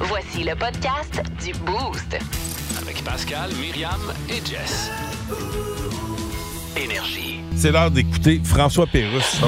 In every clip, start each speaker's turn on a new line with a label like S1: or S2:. S1: Voici le podcast du Boost.
S2: Avec Pascal, Myriam et Jess. Énergie.
S3: C'est l'heure d'écouter François Pérusse.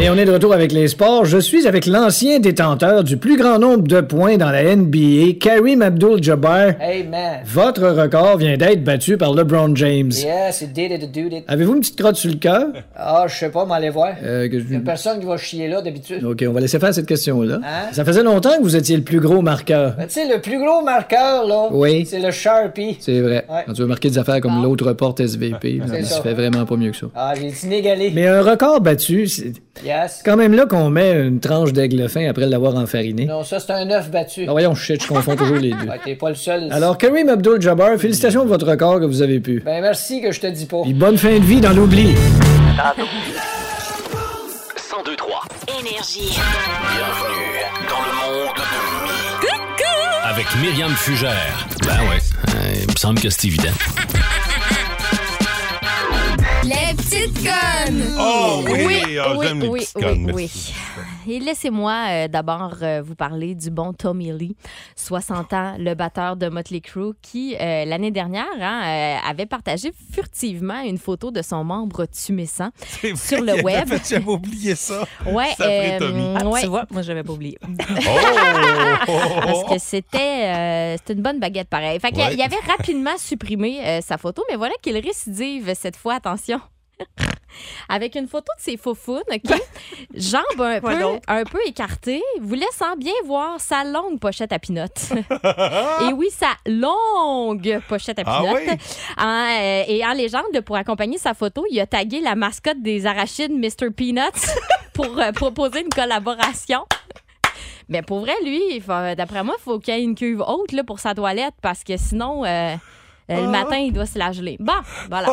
S4: Et on est de retour avec les sports. Je suis avec l'ancien détenteur du plus grand nombre de points dans la NBA, Karim Abdul-Jabbar.
S5: Hey man.
S4: Votre record vient d'être battu par LeBron James.
S5: Yes, it did it, it did it.
S4: Avez-vous une petite crotte sur le cœur?
S5: Ah, je sais pas, m'aller voir.
S4: Euh, que je-
S5: Y a personne qui va chier là d'habitude.
S4: OK, on va laisser faire cette question-là.
S5: Hein?
S4: Ça faisait longtemps que vous étiez le plus gros marqueur.
S5: Mais Ben, tu sais, le plus gros marqueur, là,
S4: Oui.
S5: c'est le Sharpie.
S4: C'est vrai.
S5: Ouais. Ah.
S4: Quand tu veux marquer des affaires comme l'autre porte SVP,
S5: C'est
S4: il se
S5: ça.
S4: fait vraiment pas mieux que ça.
S5: Ah, j'ai dit négalé.
S4: Mais un record battu, c'est
S5: Yes.
S4: quand même là qu'on met une tranche d'aigle fin après l'avoir enfariné.
S5: Non, ça, c'est un œuf battu.
S4: Ah, voyons, shit, je confonds toujours les deux.
S5: Ouais, t'es pas le seul.
S4: Alors, Karim Abdul-Jabbar, félicitations de votre record que vous avez pu.
S5: Ben, merci que je te dis pas.
S4: Puis bonne fin de vie dans l'oubli.
S2: 1023.
S1: Énergie.
S2: Bienvenue dans le monde de Mi. Avec Myriam Fugère. Ben ouais, euh, il me semble que c'est évident.
S6: Les petites connes!
S3: Oh oui, ah,
S7: oui,
S3: j'aime les
S7: oui,
S3: petites
S7: oui,
S3: connes,
S7: oui.
S3: merci.
S7: Et laissez-moi euh, d'abord euh, vous parler du bon Tommy Lee, 60 ans, le batteur de Motley Crue, qui euh, l'année dernière hein, euh, avait partagé furtivement une photo de son membre tumescent.
S3: C'est vrai,
S7: Sur le
S3: il avait
S7: web.
S3: fait, J'avais oublié ça.
S7: Ouais, euh,
S3: Sacré Tommy.
S8: Ah,
S7: ouais, Ah,
S8: Tu vois, moi, je l'avais pas oublié.
S3: Oh!
S7: parce que c'était euh, c'était une bonne baguette pareil. Fait qu'il
S3: Ouais.
S7: il avait rapidement supprimé euh, sa photo, mais voilà qu'il récidive cette fois, attention. Avec une photo de ses faufounes, OK? Jambes un
S8: Quoi
S7: peu,
S8: donc?
S7: un peu écartées, vous laissant bien voir sa longue pochette à pinottes. et oui, sa longue pochette à
S3: Ah
S7: pinottes.
S3: oui?
S7: En, euh, et en légende, pour accompagner sa photo, il a tagué la mascotte des arachides, Mr. Peanuts, pour euh, proposer une collaboration. Mais pour vrai, lui, il fa- d'après moi, faut qu'il y ait une cuve haute là, pour sa toilette parce que sinon, euh, euh, le
S3: Ah.
S7: matin, il doit se la geler. Bon, voilà.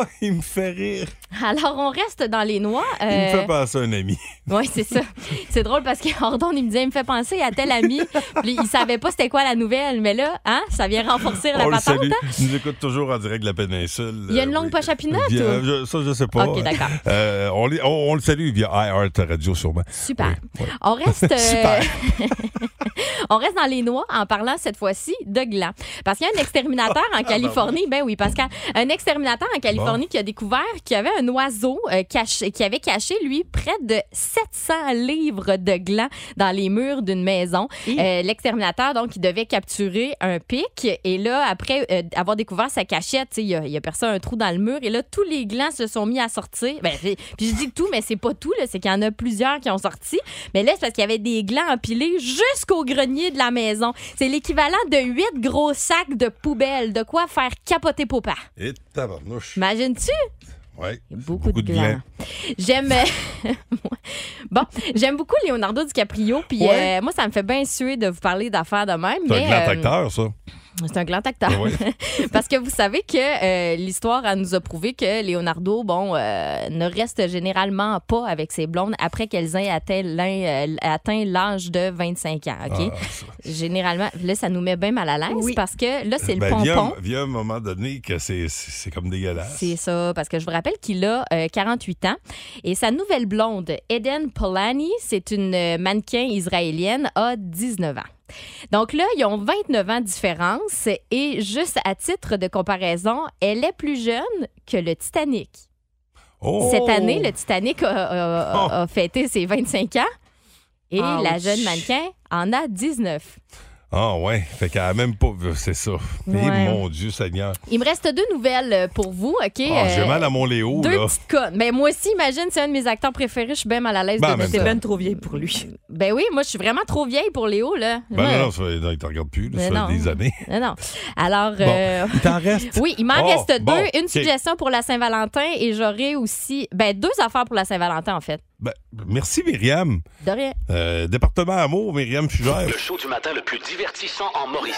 S3: Oh, il me fait rire.
S7: Alors, on reste dans les noix.
S3: Il me
S7: euh,
S3: fait penser à un ami.
S7: oui, c'est ça. C'est drôle parce qu'Ordon, il me disait, il me fait penser à tel ami. Puis il savait pas c'était quoi la nouvelle. Mais là, hein, ça vient renforcer la
S3: On le
S7: patente. hein.
S3: salue. Il nous écoute toujours en direct de la péninsule.
S7: Il y a une
S3: Euh,
S7: longue
S3: oui.
S7: poche à pinottes,
S3: Via-
S7: ou?
S3: je- Ça, je sais pas.
S7: OK, d'accord.
S3: Euh, on, les- on- on le salue via iHeart Radio, sûrement.
S7: Super.
S3: Oui, oui.
S7: On reste. euh,
S3: Super.
S7: on reste dans les noix en parlant cette fois-ci de gland. Parce qu'il y a un exterminateur
S3: Ah,
S7: en Californie. Ben oui, Pascal. Un exterminateur en Californie qui a découvert qu'il y avait un oiseau euh, caché, qui avait caché, lui, près de 700 livres de gland dans les murs d'une maison. Euh, L'exterminateur, donc, il devait capturer un pic. Et là, après euh, avoir découvert sa cachette, tu sais, il a, il a percé un trou dans le mur. Et là, tous les glands se sont mis à sortir. Ben, puis puis je dis tout, mais c'est pas tout. là. C'est qu'il y en a plusieurs qui ont sorti. Mais là, c'est parce qu'il y avait des glands empilés jusqu'au grenier de la maison. C'est l'équivalent de huit gros sacs de poubelle. De quoi faire capoter Popa.
S3: Et tabarnouche.
S7: Imagines-tu?
S3: Ouais.
S7: Beaucoup, de, glands. J'aime. euh, bon, j'aime beaucoup Leonardo DiCaprio. Puis
S3: Ouais.
S7: euh, moi, ça me fait bien suer de vous parler d'affaires de même.
S3: C'est un
S7: mais,
S3: grand
S7: euh,
S3: acteur, ça.
S7: c'est un grand acteur.
S3: Ben oui.
S7: Parce que vous savez que euh, l'histoire elle nous a prouvé que Leonardo, bon, euh, ne reste généralement pas avec ses blondes après qu'elles aient atteint l'un- euh, atteint l'âge de 25 ans. OK?
S3: Ah, ça.
S7: Généralement, là, ça nous met bien mal à l'aise parce que là, c'est le
S3: Ben, via,
S7: pompon.
S3: via un moment donné que c'est- c'est c'est comme dégueulasse.
S7: C'est ça, parce que je vous rappelle qu'il a euh, 48 ans. Et sa nouvelle blonde, Eden Polani, c'est une euh, mannequin israélienne, a 19 ans. Donc là, ils ont 29 ans de différence. Et juste à titre de comparaison, elle est plus jeune que le Titanic.
S3: Oh!
S7: Cette année, le Titanic a, a- a- a fêté ses 25 ans. Et
S8: Ouch.
S7: la jeune mannequin en a 19.
S3: Ah ouais, fait qu'elle a même pas... C'est ça. Et
S7: Ouais.
S3: mon Dieu Seigneur.
S7: Il me reste deux nouvelles pour vous, OK?
S3: Ah, J'ai
S7: Euh,
S3: mal à mon Léo,
S7: Deux
S3: Oh, là.
S7: petites connes. Mais moi aussi, imagine, c'est un de mes acteurs préférés. Je suis bien mal à l'aise
S3: Ben, en
S7: de
S3: même
S7: dire
S3: temps.
S8: C'est ben trop vieille pour lui.
S7: Ben oui, moi, je suis vraiment trop vieille pour Léo, là.
S3: Ben
S7: Moi,
S3: non, non, ça fait, non, il te regarde plus, là, ça
S7: Mais
S3: fait
S7: Ben non.
S3: des années.
S7: non, non. Alors,
S3: Bon,
S7: euh,
S3: il t'en reste.
S7: oui, il m'en
S3: Oh,
S7: reste
S3: bon,
S7: deux. Une
S3: ok.
S7: suggestion pour la Saint-Valentin et j'aurai aussi, ben, deux affaires pour la Saint-Valentin, en fait.
S3: Ben, merci, Myriam.
S7: De rien.
S3: Euh, département Amour, Myriam Fugère.
S2: Le show du matin le plus divertissant en Mauricie.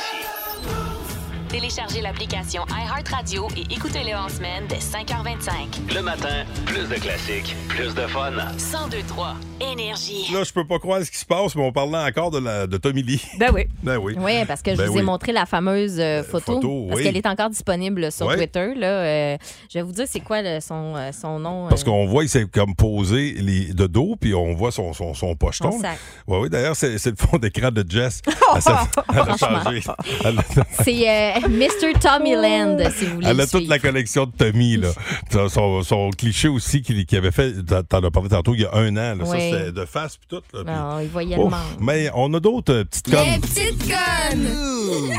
S1: Téléchargez l'application iHeartRadio et écoutez-le en semaine dès 5h25.
S2: Le matin, plus de classiques, plus de fun.
S1: 1023 Énergie.
S3: Là, je peux pas croire ce qui se passe, mais on parlait encore de, la, de Tommy Lee.
S7: Ben oui.
S3: Ben oui.
S7: Oui, parce que je
S3: Ben
S7: vous ai
S3: oui.
S7: montré la fameuse euh, photo,
S3: photo,
S7: parce
S3: oui.
S7: qu'elle est encore disponible sur
S3: Ouais.
S7: Twitter. Là, Euh, je vais vous dire c'est quoi le- son, euh, son nom.
S3: Parce
S7: euh,
S3: qu'on voit, il s'est comme posé les, de dos, puis on voit son, son, son pocheton.
S7: euh, Son sac.
S3: Oui, oui, d'ailleurs, c'est c'est le fond d'écran de Jess. Elle, s'est- elle a changé. Elle a,
S7: C'est euh, Mr. Tommy Land, si vous voulez.
S3: elle
S7: le
S3: a toute la
S7: suivre.
S3: collection de Tommy. Là. Son, son- son cliché aussi qu'il qu'il avait fait, t'en t'en as parlé tantôt, il y a un an. Là, Ça,
S7: Oui.
S3: c'était de face, puis tout. là, puis-
S7: Non, il voyait le
S3: Ouf,
S7: monde.
S3: mais on a d'autres euh, petites
S6: Les
S3: connes.
S6: petites connes.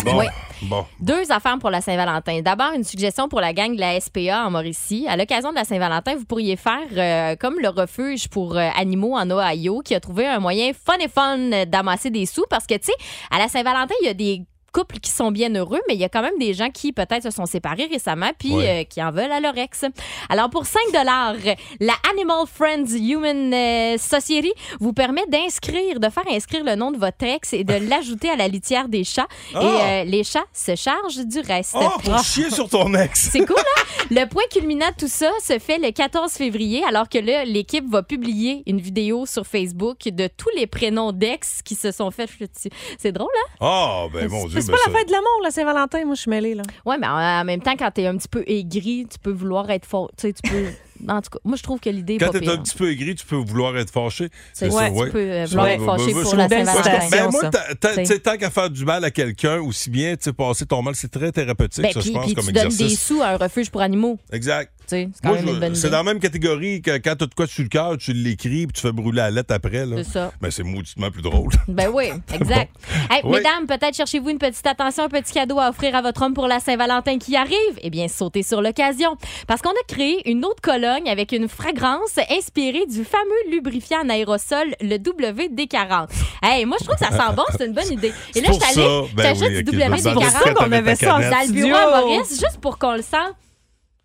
S3: Bon,
S7: Oui.
S3: bon.
S7: Deux affaires pour la Saint-Valentin. D'abord, une suggestion pour la gang de la SPA en Mauricie. À l'occasion de la Saint-Valentin, vous pourriez faire euh, comme le refuge pour euh, animaux en Ohio qui a trouvé un moyen fun et fun d'amasser des sous parce que, tu sais, à la Saint-Valentin, il y a des couples qui sont bien heureux, mais il y a quand même des gens qui peut-être se sont séparés récemment puis
S3: Ouais.
S7: euh, qui en veulent à leur ex. Alors pour 5 dollars, la Animal Friends Human euh, Society vous permet d'inscrire, de faire inscrire le nom de votre ex et de l'ajouter à la litière des chats. Et
S3: Ah!
S7: euh, les chats se chargent du reste.
S3: Oh, pour chier sur ton ex!
S7: C'est cool, hein? Le point culminant de tout ça se fait le 14 février, alors que là, l'équipe va publier une vidéo sur Facebook de tous les prénoms d'ex qui se sont fait flutter. C'est drôle, hein?
S3: Ah, ben mon Dieu.
S8: C'est
S3: ben
S8: pas
S3: ça-
S8: la fête de l'amour, la Saint-Valentin. Moi, je suis mêlée, là.
S7: Ouais, mais en, en même temps, quand t'es un petit peu aigri, tu peux vouloir être fort. Tu sais, tu peux. En tout cas, moi, je trouve que l'idée est
S3: Quand
S7: pas
S3: t'es
S7: pire.
S3: un petit peu aigri, tu peux vouloir être fâché.
S7: C'est
S3: ça,
S7: ouais,
S3: ouais.
S7: tu peux euh,
S3: Ouais,
S7: vouloir
S3: ouais,
S7: être fâché
S3: ouais,
S7: pour
S8: c'est
S7: la
S8: une belle
S7: Saint-Valentin.
S8: citation.
S3: Ben, moi,
S8: ça.
S3: t'as- t'as-
S7: T'sais.
S3: t'sais, tant qu'à faire du mal à quelqu'un, aussi bien t'sais, passer ton mal, c'est très thérapeutique,
S7: Ben,
S3: ça, je
S7: puis,
S3: pense,
S7: puis
S3: comme
S7: tu donnes des
S3: exercice.
S7: sous à un refuge pour animaux.
S3: Exact.
S7: Tu sais, c'est quand
S3: Moi,
S7: même
S3: je-
S7: une bonne idée.
S3: c'est dans la même catégorie que quand t'as de quoi sur le cœur, tu l'écris puis tu fais brûler la lettre après. Là.
S7: C'est ça.
S3: Ben, c'est mauditement plus drôle.
S7: Ben oui, exact. Hey,
S3: Oui.
S7: Mesdames, peut-être cherchez-vous une petite attention, un petit cadeau à offrir à votre homme pour la Saint-Valentin qui arrive. Eh bien, sautez sur l'occasion. Parce qu'on a créé une autre colonne avec une fragrance inspirée du fameux lubrifiant en aérosol, le WD-40. Hey, moi, je trouve que ça sent bon, c'est une bonne idée. Et
S3: C'est
S7: là, je
S3: pour
S7: t'allais,
S3: ça, ben
S7: t'achètes
S3: oui,
S7: du
S3: ok, je vais
S8: C'est pour
S3: Arrête
S7: WD-40
S8: ça
S3: avec
S8: qu'on
S3: ta
S8: avait ça en
S3: canette.
S7: dans le
S8: studio.
S7: bureau à Maurice, juste pour qu'on le sente.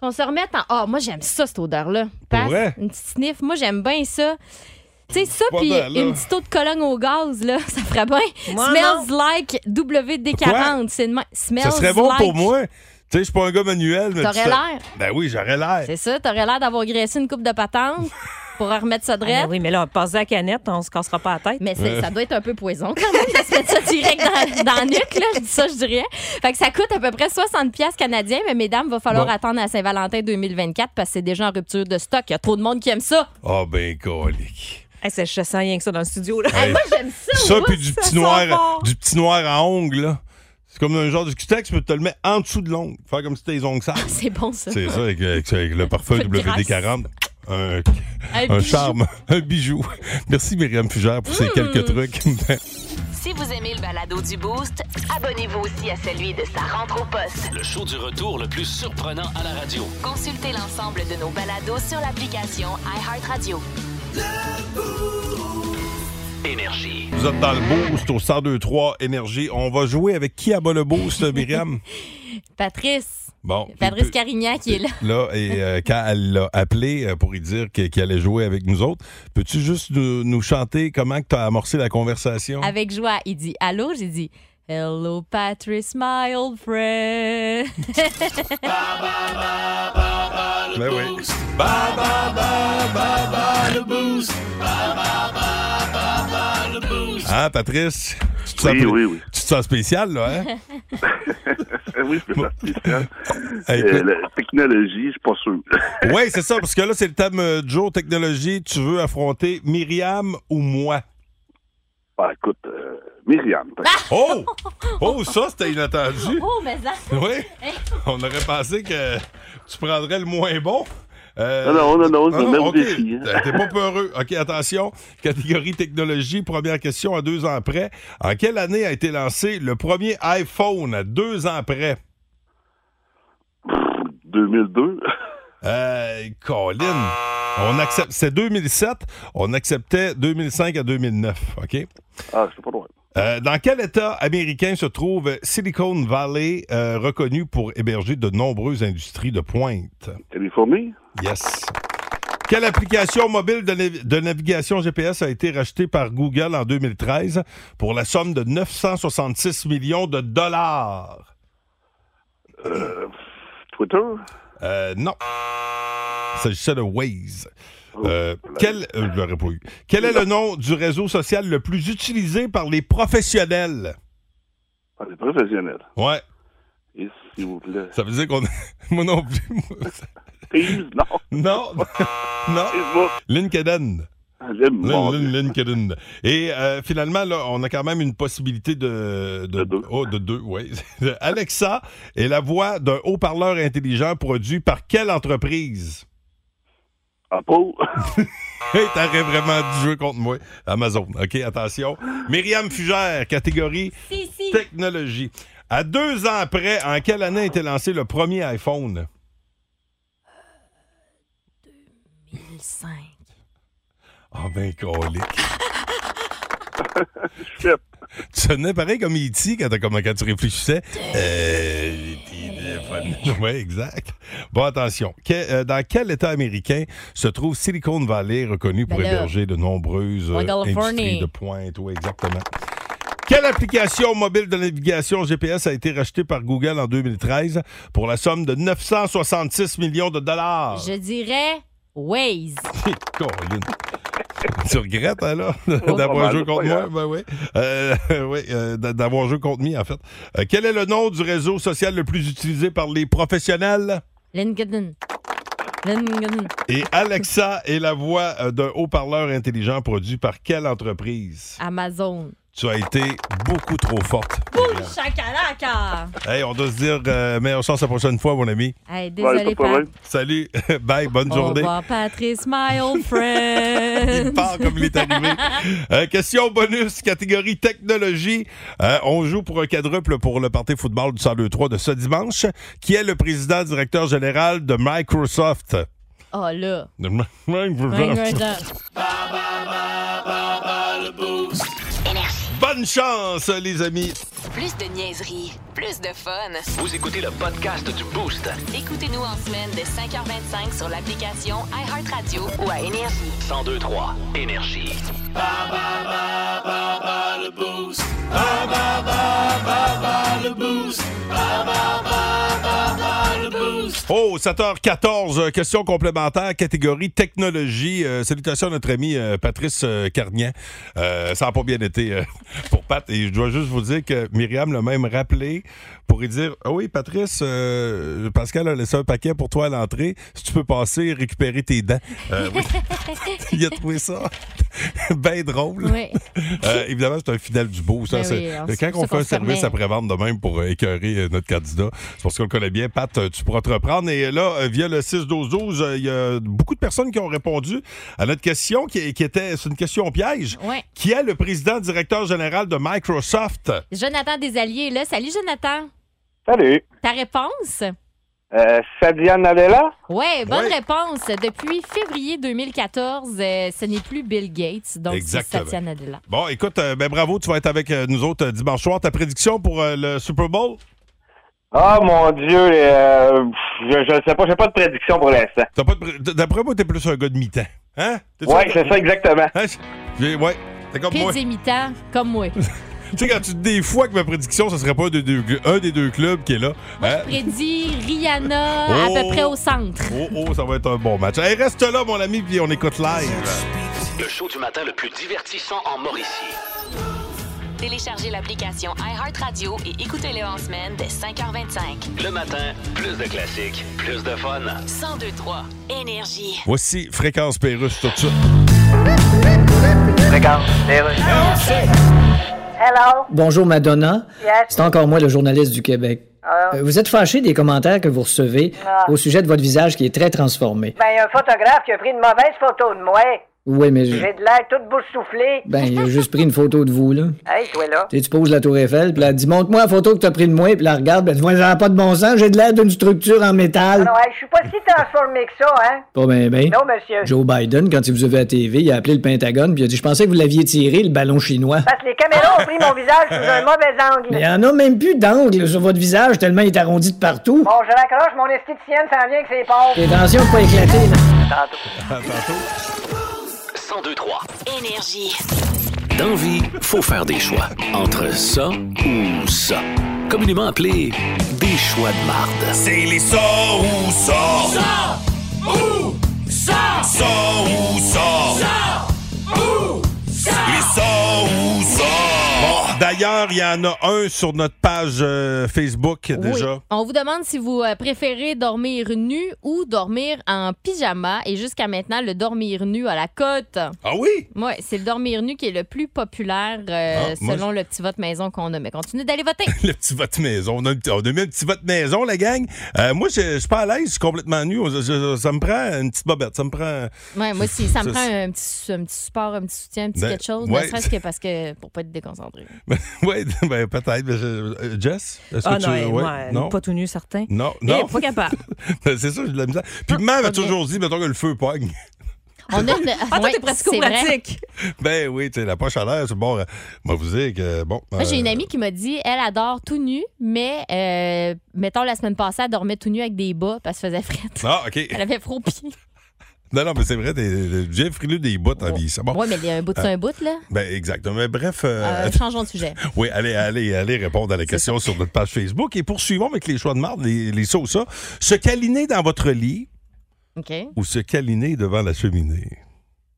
S7: Qu'on se remette en. Ah, moi, j'aime ça, cette odeur-là. Passe,
S3: vrai?
S7: Une petite sniff. Moi, j'aime bien ça. Tu sais, ça,
S3: Pas
S7: puis
S3: mal, là.
S7: une petite eau de cologne au gaz, là, ça ferait bien.
S8: Moi,
S7: Smells like WD-40. C'est une main. Smells
S3: Ça serait bon
S7: like.
S3: pour moi. Tu sais, je suis pas un gars manuel. mais
S7: T'aurais
S3: tu sais-
S7: l'air.
S3: Ben oui, j'aurais l'air.
S7: C'est ça, t'aurais l'air d'avoir graissé une coupe de patente pour en remettre ça de
S8: Ah, ben oui, mais là, on passe à la canette, on se cassera pas la tête.
S7: Mais
S3: Euh.
S7: c'est- ça doit être un peu poison quand même de se mettre ça direct dans, dans le nuque, là. Je dis ça, je dirais. Fait que ça coûte à peu près 60 pièces canadiens, mais mesdames, va falloir
S3: Bon.
S7: attendre à Saint-Valentin 2024 parce que c'est déjà en rupture de stock. Il y a trop de monde qui aime ça.
S3: Ah, ben, colique.
S8: Hey, Eh, c'est- je sens rien que ça dans le studio, là.
S3: Hey,
S7: Moi, j'aime ça.
S3: ça, puis du
S8: ça
S3: petit,
S8: sent
S3: noir,
S8: fort.
S3: du petit noir à ongles, là. C'est comme un genre de cutex, mais tu te le mets en dessous de l'ongle. Faire comme si t'es les ongles sales.
S7: C'est bon, ça.
S3: C'est ça, avec, avec- avec le parfum
S7: Peu de
S3: WD-40. Un,
S7: Un
S3: un
S7: bijou. Mm.
S3: charme, un bijou. Merci Myriam Fugère pour ces quelques trucs.
S1: Si vous aimez le balado du Boost, abonnez-vous aussi à celui de sa rentre au poste.
S2: Le show du retour le plus surprenant à la radio.
S1: Consultez l'ensemble de nos balados sur l'application iHeartRadio.
S2: Énergie.
S3: Vous êtes dans le boost au 1023 Énergie. On va jouer avec qui à bas le boost, Myriam?
S7: Patrice.
S3: Bon.
S7: Patrice Carignan qui est là.
S3: Là, et euh, quand elle l'a appelé euh, pour lui dire que- qu'elle allait jouer avec nous autres, peux-tu juste nous, nous chanter comment tu as amorcé la conversation?
S9: Ah.
S7: Avec joie, il dit Allô, j'ai dit Hello, Patrice, my old friend.
S3: Ben oui. Hein, Patrice? Tu te sens,
S9: Oui, oui, oui.
S3: Tu te sens spécial, là, hein?
S9: Euh, Oui, c'est ça. spécial.
S3: Hey,
S9: Euh, la technologie, je suis pas sûr.
S3: Oui, c'est ça, parce que là, c'est le thème euh, du jour, technologie. Tu veux affronter Myriam ou moi?
S9: Bah, écoute, euh, Myriam.
S3: Oh! Oh, ça, c'était inattendu.
S7: oh, mais ça.
S3: Oui. On aurait pensé que tu prendrais le moins bon. Euh,
S9: Non, non, non, non, c'est
S3: ah
S9: le même
S3: ok.
S9: défi. hein.
S3: T'es pas peureux. OK, attention. Catégorie technologie, première question à deux ans près. En quelle année a été lancé le premier iPhone à deux ans près?
S9: 2002.
S3: Euh, Colin, on accepte. C'est 2007. On acceptait 2005 à 2009. OK?
S9: Ah, c'est pas loin.
S3: Euh, dans quel État américain se trouve Silicon Valley, euh, reconnu pour héberger de nombreuses industries de pointe?
S9: Californie.
S3: Yes. Quelle application mobile de, nav- de navigation GPS a été rachetée par Google en 2013 pour la somme de 966 millions de dollars?
S9: Euh, Twitter?
S3: Euh, non. Il s'agissait de Waze.
S9: Oh,
S3: Euh, quel, euh, je l'aurais pas eu. Quel est le nom du réseau social le plus utilisé par les professionnels?
S9: Ah, les professionnels.
S3: Ouais.
S9: Et s'il vous plaît.
S3: Ça veut dire qu'on. moi non plus. moi, ça-
S9: Teams? Non.
S3: Non. non.
S9: Facebook.
S3: LinkedIn.
S9: Ah, J'aime
S3: Lin-
S9: mon
S3: Lin- LinkedIn. Et euh, finalement, là, on a quand même une possibilité de,
S9: De deux.
S3: Oh, de deux, oui. Alexa est la voix d'un haut-parleur intelligent produit par quelle entreprise?
S9: Apple.
S3: Hey, t'arrêtes vraiment du jeu contre moi. Amazon. OK, attention. Myriam Fugère, catégorie
S7: Si, si.
S3: technologie. À deux ans après, en quelle année a été lancé le premier iPhone?
S7: 2005.
S3: Ah ben, colique.
S9: Shit.
S3: Tu sonnais pareil comme E.T. quand, t'as- comme- quand tu réfléchissais. Euh, oui, exact. Bon, attention. Que- euh, dans quel État américain se trouve Silicon Valley, reconnu pour
S7: Ben là.
S3: héberger de nombreuses euh,
S7: En Californie.
S3: industries de pointe? Oui, exactement. Quelle application mobile de navigation GPS a été rachetée par Google en 2013 pour la somme de 966 millions de dollars?
S7: Je dirais Waze.
S3: Colin. Tu regrettes, hein, là,
S9: Oh, pas
S3: d'avoir
S9: mal,
S3: joué
S9: pas
S3: contre moi?
S9: grave.
S3: Ben oui. Euh, oui, euh, d'a- d'avoir joué contre moi, en fait. Euh, quel est le nom du réseau social le plus utilisé par les professionnels?
S7: LinkedIn. LinkedIn.
S3: Et Alexa est la voix euh, d'un haut-parleur intelligent produit par quelle entreprise?
S7: Amazon.
S3: Tu as été beaucoup trop forte. Myriam.
S7: Chakalaka!
S3: Hey, on doit se dire euh, meilleure chance la prochaine fois, mon ami.
S9: Ouais, pas
S7: Hey, désolé,
S9: de problème.
S7: Pat.
S3: Salut, bye, bonne
S7: Au
S3: journée.
S7: revoir, Patrice, my old
S3: Il
S7: friend.
S3: part comme il est arrivé. Euh, question bonus, catégorie technologie. Euh, on joue pour un quadruple pour le Parti football du 102-3 de ce dimanche. Qui est le président directeur général de Microsoft?
S7: oh là.
S3: De Mi- Microsoft.
S7: Microsoft.
S1: Énergie.
S3: Bonne chance, les amis.
S1: Plus de niaiserie, plus de fun.
S2: Vous écoutez le podcast du Boost.
S1: Écoutez-nous en semaine de 5h25 sur l'application iHeartRadio ou à Énergie.
S2: 1023 Énergie.
S3: Oh, 7h14, euh, question complémentaire, catégorie technologie. Euh, salutations à notre ami euh, Patrice euh, Carnian. Euh, ça n'a pas bien été euh, pour Pat. Et je dois juste vous dire que Myriam l'a même rappelé pour lui dire Ah oui, Patrice, euh, Pascal a laissé un paquet pour toi à l'entrée. Si tu peux passer et récupérer tes dents. Euh, oui. Il a trouvé ça bien drôle.
S7: Oui.
S3: Euh, évidemment, c'est un final du beau. Ça,
S7: Ben
S3: c'est-
S7: oui, on- c'est
S3: quand
S7: pour
S3: on
S7: ça
S3: fait
S7: qu'on
S3: un
S7: se
S3: service
S7: permet.
S3: après-vente de même pour euh, écœurer euh, notre candidat, c'est parce qu'on le connaît bien. Pat, euh, tu pourras te reprendre. Et là, euh, via le 6-12-12, euh, il y a beaucoup de personnes qui ont répondu à notre question qui, qui était c'est une question piège.
S7: Ouais.
S3: Qui est le président directeur général de Microsoft?
S7: Jonathan Desalliés est là. Salut, Jonathan.
S9: Salut.
S7: Ta réponse?
S9: Euh, Fabian Nadella?
S7: Ouais, bonne
S3: Ouais.
S7: réponse. Depuis février 2014, euh, ce n'est plus Bill Gates, donc c'est
S3: Exactement.
S7: Satya Nadella.
S3: Bon, écoute, euh, ben, bravo, tu vas être avec euh, nous autres euh, dimanche soir. Ta prédiction pour euh, le Super Bowl?
S9: Ah, mon Dieu. euh, je ne sais pas. J'ai pas de prédiction pour l'instant.
S3: T'as pas de pré- D'après moi, t'es plus un gars de mi-temps. Hein? T'es sûr?
S9: ça, exactement.
S3: Hein? J'ai- Ouais. T'es comme moi.
S7: Pis imitant, comme moi.
S3: Tu sais, quand tu te dis des fois que ma prédiction, ce serait pas un des deux, un des deux clubs qui est là. hein?
S7: Prédit Rihanna
S3: Oh.
S7: à peu près au centre.
S3: Oh, oh, ça va être un bon match. Hey, reste là, mon ami, puis on écoute live.
S2: Le show du matin le plus divertissant en Mauricie.
S1: Téléchargez l'application iHeartRadio et écoutez-le en semaine dès 5h25.
S2: Le matin, plus de classiques, plus de fun.
S1: 1023 Énergie.
S3: Voici Fréquence Pérusse tout de suite.
S4: Bonjour Madonna. C'est encore moi le journaliste du Québec.
S10: Ah
S4: Euh, Vous êtes fâché des commentaires que vous recevez au sujet de votre visage qui est très transformé.
S10: Ben, il y a un photographe qui a pris une mauvaise photo de moi.
S4: Oui, mais je-
S10: J'ai de l'air tout boursouflé.
S4: ben, il a juste pris une photo de vous, là.
S10: Hey, toi là.
S4: Tu sais, tu poses la tour Eiffel, puis là, elle dit, montre-moi la photo que t'as pris de moi, puis la regarde, ben, tu vois, ça n'a pas de bon sens, j'ai de l'air d'une structure en métal.
S10: Ah, Non, hey, je suis pas si transformé que ça, hein.
S4: Pas ben, ben.
S10: Non, monsieur.
S4: Joe Biden, quand il vous a vu à la TV, il a appelé le Pentagone, puis il a dit, je pensais que vous l'aviez tiré, le ballon chinois.
S10: Parce que les caméras ont pris mon visage sous un mauvais angle.
S4: Mais il n'y en a même plus d'angle sur votre visage, tellement il est arrondi de partout.
S10: Bon, je raccroche, mon esthéticienne s'en vient que c'est pauvre.
S4: Et attention de pas éclater, là.
S3: À tantôt.
S2: 1023.
S1: Énergie.
S2: Dans vie, faut faire des choix. Entre ça ou ça. communément appelés des choix de marde.
S3: C'est les ça ou ça.
S2: Ça
S3: ou ça. Ça ou ça. Ça ou ça. Les ça ou ça. Bon, d'ailleurs, il y en a un sur notre page euh, Facebook déjà.
S7: Oui. On vous demande si vous euh, préférez dormir nu ou dormir en pyjama. Et jusqu'à maintenant, le dormir nu à la côte.
S3: Ah oui?
S7: Oui, c'est le dormir nu qui est le plus populaire euh,
S3: Ah, moi,
S7: selon le petit vote maison qu'on a. Mais continuez d'aller voter.
S3: Le petit vote maison. On a, un petit- on a mis un petit vote maison, la gang. Euh, moi, je je suis pas à l'aise, je suis complètement nu. Je- je- ça me prend une petite bobette. Ça me prend.
S7: Ouais, moi aussi, ça
S3: Ça,
S7: me prend
S3: c'est-
S7: un petit, su- un petit support, un petit soutien, un petit
S3: Ben,
S7: quelque chose,
S3: ouais.
S7: ne serait-ce que parce que pour pas être déconcentré.
S3: oui, ben, peut-être. mais je- euh, Jess? est-ce
S8: Ah
S3: que
S8: non,
S3: tu-
S8: eh,
S3: ouais,
S8: moi,
S3: non?
S8: pas tout nu, certain.
S3: Non,
S8: Eh,
S3: non.
S8: pas capable.
S3: c'est ça, j'ai de la misère. Puis, maman m'a toujours dit, mettons que le feu pogne.
S7: On a une...
S8: Ah, toi,
S7: ouais,
S8: t'es pratico
S7: c'est vrai.
S8: pratique.
S3: Ben oui, tu sais, la poche à l'air, c'est bon. euh, Moi, vous dire que bon.
S7: Moi, Ah, j'ai
S3: euh,
S7: une amie qui m'a dit, elle adore tout nu, mais euh, mettons, la semaine passée, elle dormait tout nu avec des bas parce qu'elle faisait fret.
S3: Ah, OK.
S7: Elle avait froid aux pieds.
S3: Non, non, mais c'est vrai, t'es- t'es- j'ai frileux des bouts en vie. Ah Bon.
S7: Ouais, mais il y a un bout de ça, un bout, là.
S3: Ben, exactement. Mais bref. euh,
S7: Euh, changeons de sujet.
S3: Oui, allez, allez, allez répondre à la question sur notre page Facebook. Et poursuivons avec les choix de marde, les, les sauces. ça. Se câliner dans votre lit
S7: OK.
S3: ou se câliner devant la cheminée?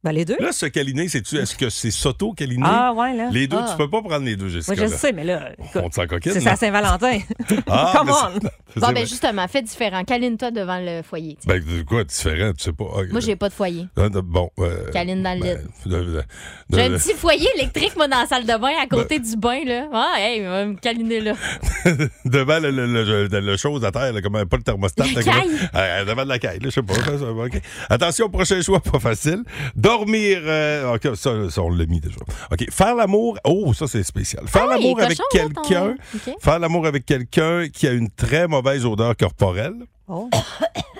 S8: Ben, les deux.
S3: Là, se câliner, c'est-tu, est-ce que c'est s'auto-câliner?
S8: Ah, ouais, là.
S3: Les deux,
S8: Ah.
S3: tu peux pas prendre les deux jusqu'à
S8: Moi, je
S3: là.
S8: le sais, mais là, écoute,
S3: On te sent coquine,
S8: c'est
S3: non?
S8: ça Saint-Valentin.
S3: Ah,
S8: Come
S3: mais
S8: on.
S3: c'est- c'est
S7: Bon,
S3: vrai.
S7: ben justement, fais différent. Câline-toi devant le foyer. tu sais.
S3: Ben, de quoi, différent, tu sais pas. Ah,
S7: Moi, j'ai pas de foyer.
S3: Ah, de- Bon. euh,
S7: Câline dans le lit.
S3: de- de- de- Ben-
S7: J'ai un petit foyer électrique, moi, dans la salle de bain, à côté du bain, là. Ah, hey, on va me câliner, là.
S3: devant le, le, le- le- le chose à terre, là, comme un- pas le thermostat.
S7: La
S3: là, comme-
S7: caille.
S3: Euh, devant de la caille, là, je sais pas. ça, ça va, ok. Attention, prochain choix, pas facile. Dormir. euh, ok, ça, ça, on l'a mis déjà. OK. Faire l'amour. Oh, ça, c'est spécial. Faire
S7: Ah oui,
S3: l'amour avec
S7: cochon, là, ton-
S3: quelqu'un.
S7: OK.
S3: Faire l'amour avec quelqu'un qui a une très mauvaise odeur corporelle.
S8: Oh.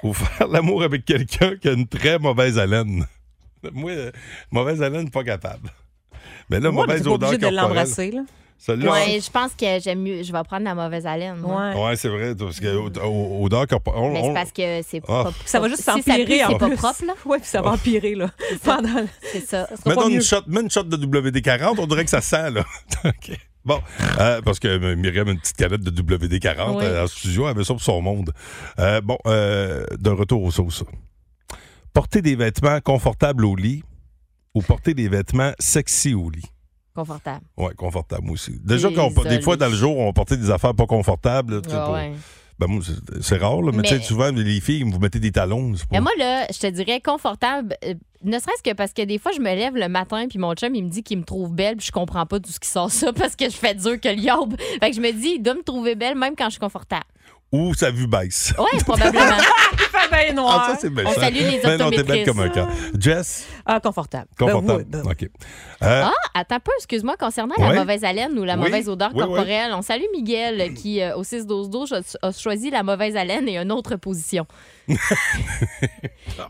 S3: ou faire l'amour avec quelqu'un qui a une très mauvaise haleine. Moi, euh, mauvaise haleine, pas capable. Mais là,
S8: Moi,
S3: mauvaise
S8: t'es pas
S3: odeur
S8: obligé de
S3: corporelle.
S8: l'embrasser, là.
S3: Celle-là,
S7: Ouais, je pense que j'aime mieux. Je vais prendre la mauvaise haleine. moi.
S8: Ouais.
S3: Ouais, c'est vrai, parce que au- au- odeur corporelle. on-
S7: Mais c'est
S3: on-
S7: parce que c'est
S3: Ah.
S7: pas
S8: Ça va juste
S7: si ça pue,
S8: s'empirer en
S7: C'est pas
S8: plus.
S7: propre, là.
S8: Ouais, puis ça va empirer, là. Pendant le-
S7: C'est ça. Ce sera pas
S3: Mettons une
S7: mieux.
S3: shot, mets une shot de WD-40, on dirait que ça sent, là. OK. Bon, euh, parce que euh, Myriam a une petite canette de WD-40
S7: Oui.
S3: euh, en studio, elle avait ça pour son monde. Euh, bon, euh, de retour aux sauces. Porter des vêtements confortables au lit ou porter des vêtements sexy au lit.
S7: Confortable.
S3: Ouais, confortable moi aussi. Déjà,
S7: Les
S3: qu'on- des
S7: isolés.
S3: fois, dans le jour, on portait des affaires pas confortables. tu sais,
S7: Ah
S3: pour-
S7: ouais.
S3: Ben, moi, c'est- c'est rare, là, mais,
S7: Mais-
S3: tu sais, souvent, les filles, vous mettez des talons. c'est pas-
S7: Mais moi, là, je te dirais confortable, euh, ne serait-ce que parce que des fois, je me lève le matin, puis mon chum, il me dit qu'il me trouve belle, puis je comprends pas tout ce qui sort ça parce que je fais dur que l'yob. Fait que je me dis, il doit me trouver belle même quand je suis confortable.
S3: Ou sa vue baisse.
S7: Ouais, probablement.
S8: Ah, ben noir.
S3: Ah, ça, c'est méchant.
S7: Oh, On salue les
S3: Ben non, t'es belle
S7: optométristes.
S3: comme un camp. Jess,
S8: Ah, confortable. Ben
S3: confortable.
S8: oui, ben oui.
S3: OK. Euh,
S7: Ah, attends pas, excuse-moi, concernant
S3: Ouais.
S7: la mauvaise haleine ou la
S3: Oui,
S7: mauvaise odeur
S3: oui, oui.
S7: corporelle, on salue Miguel euh, qui, euh, au 6-12-12, cho- a choisi la mauvaise haleine et une autre position.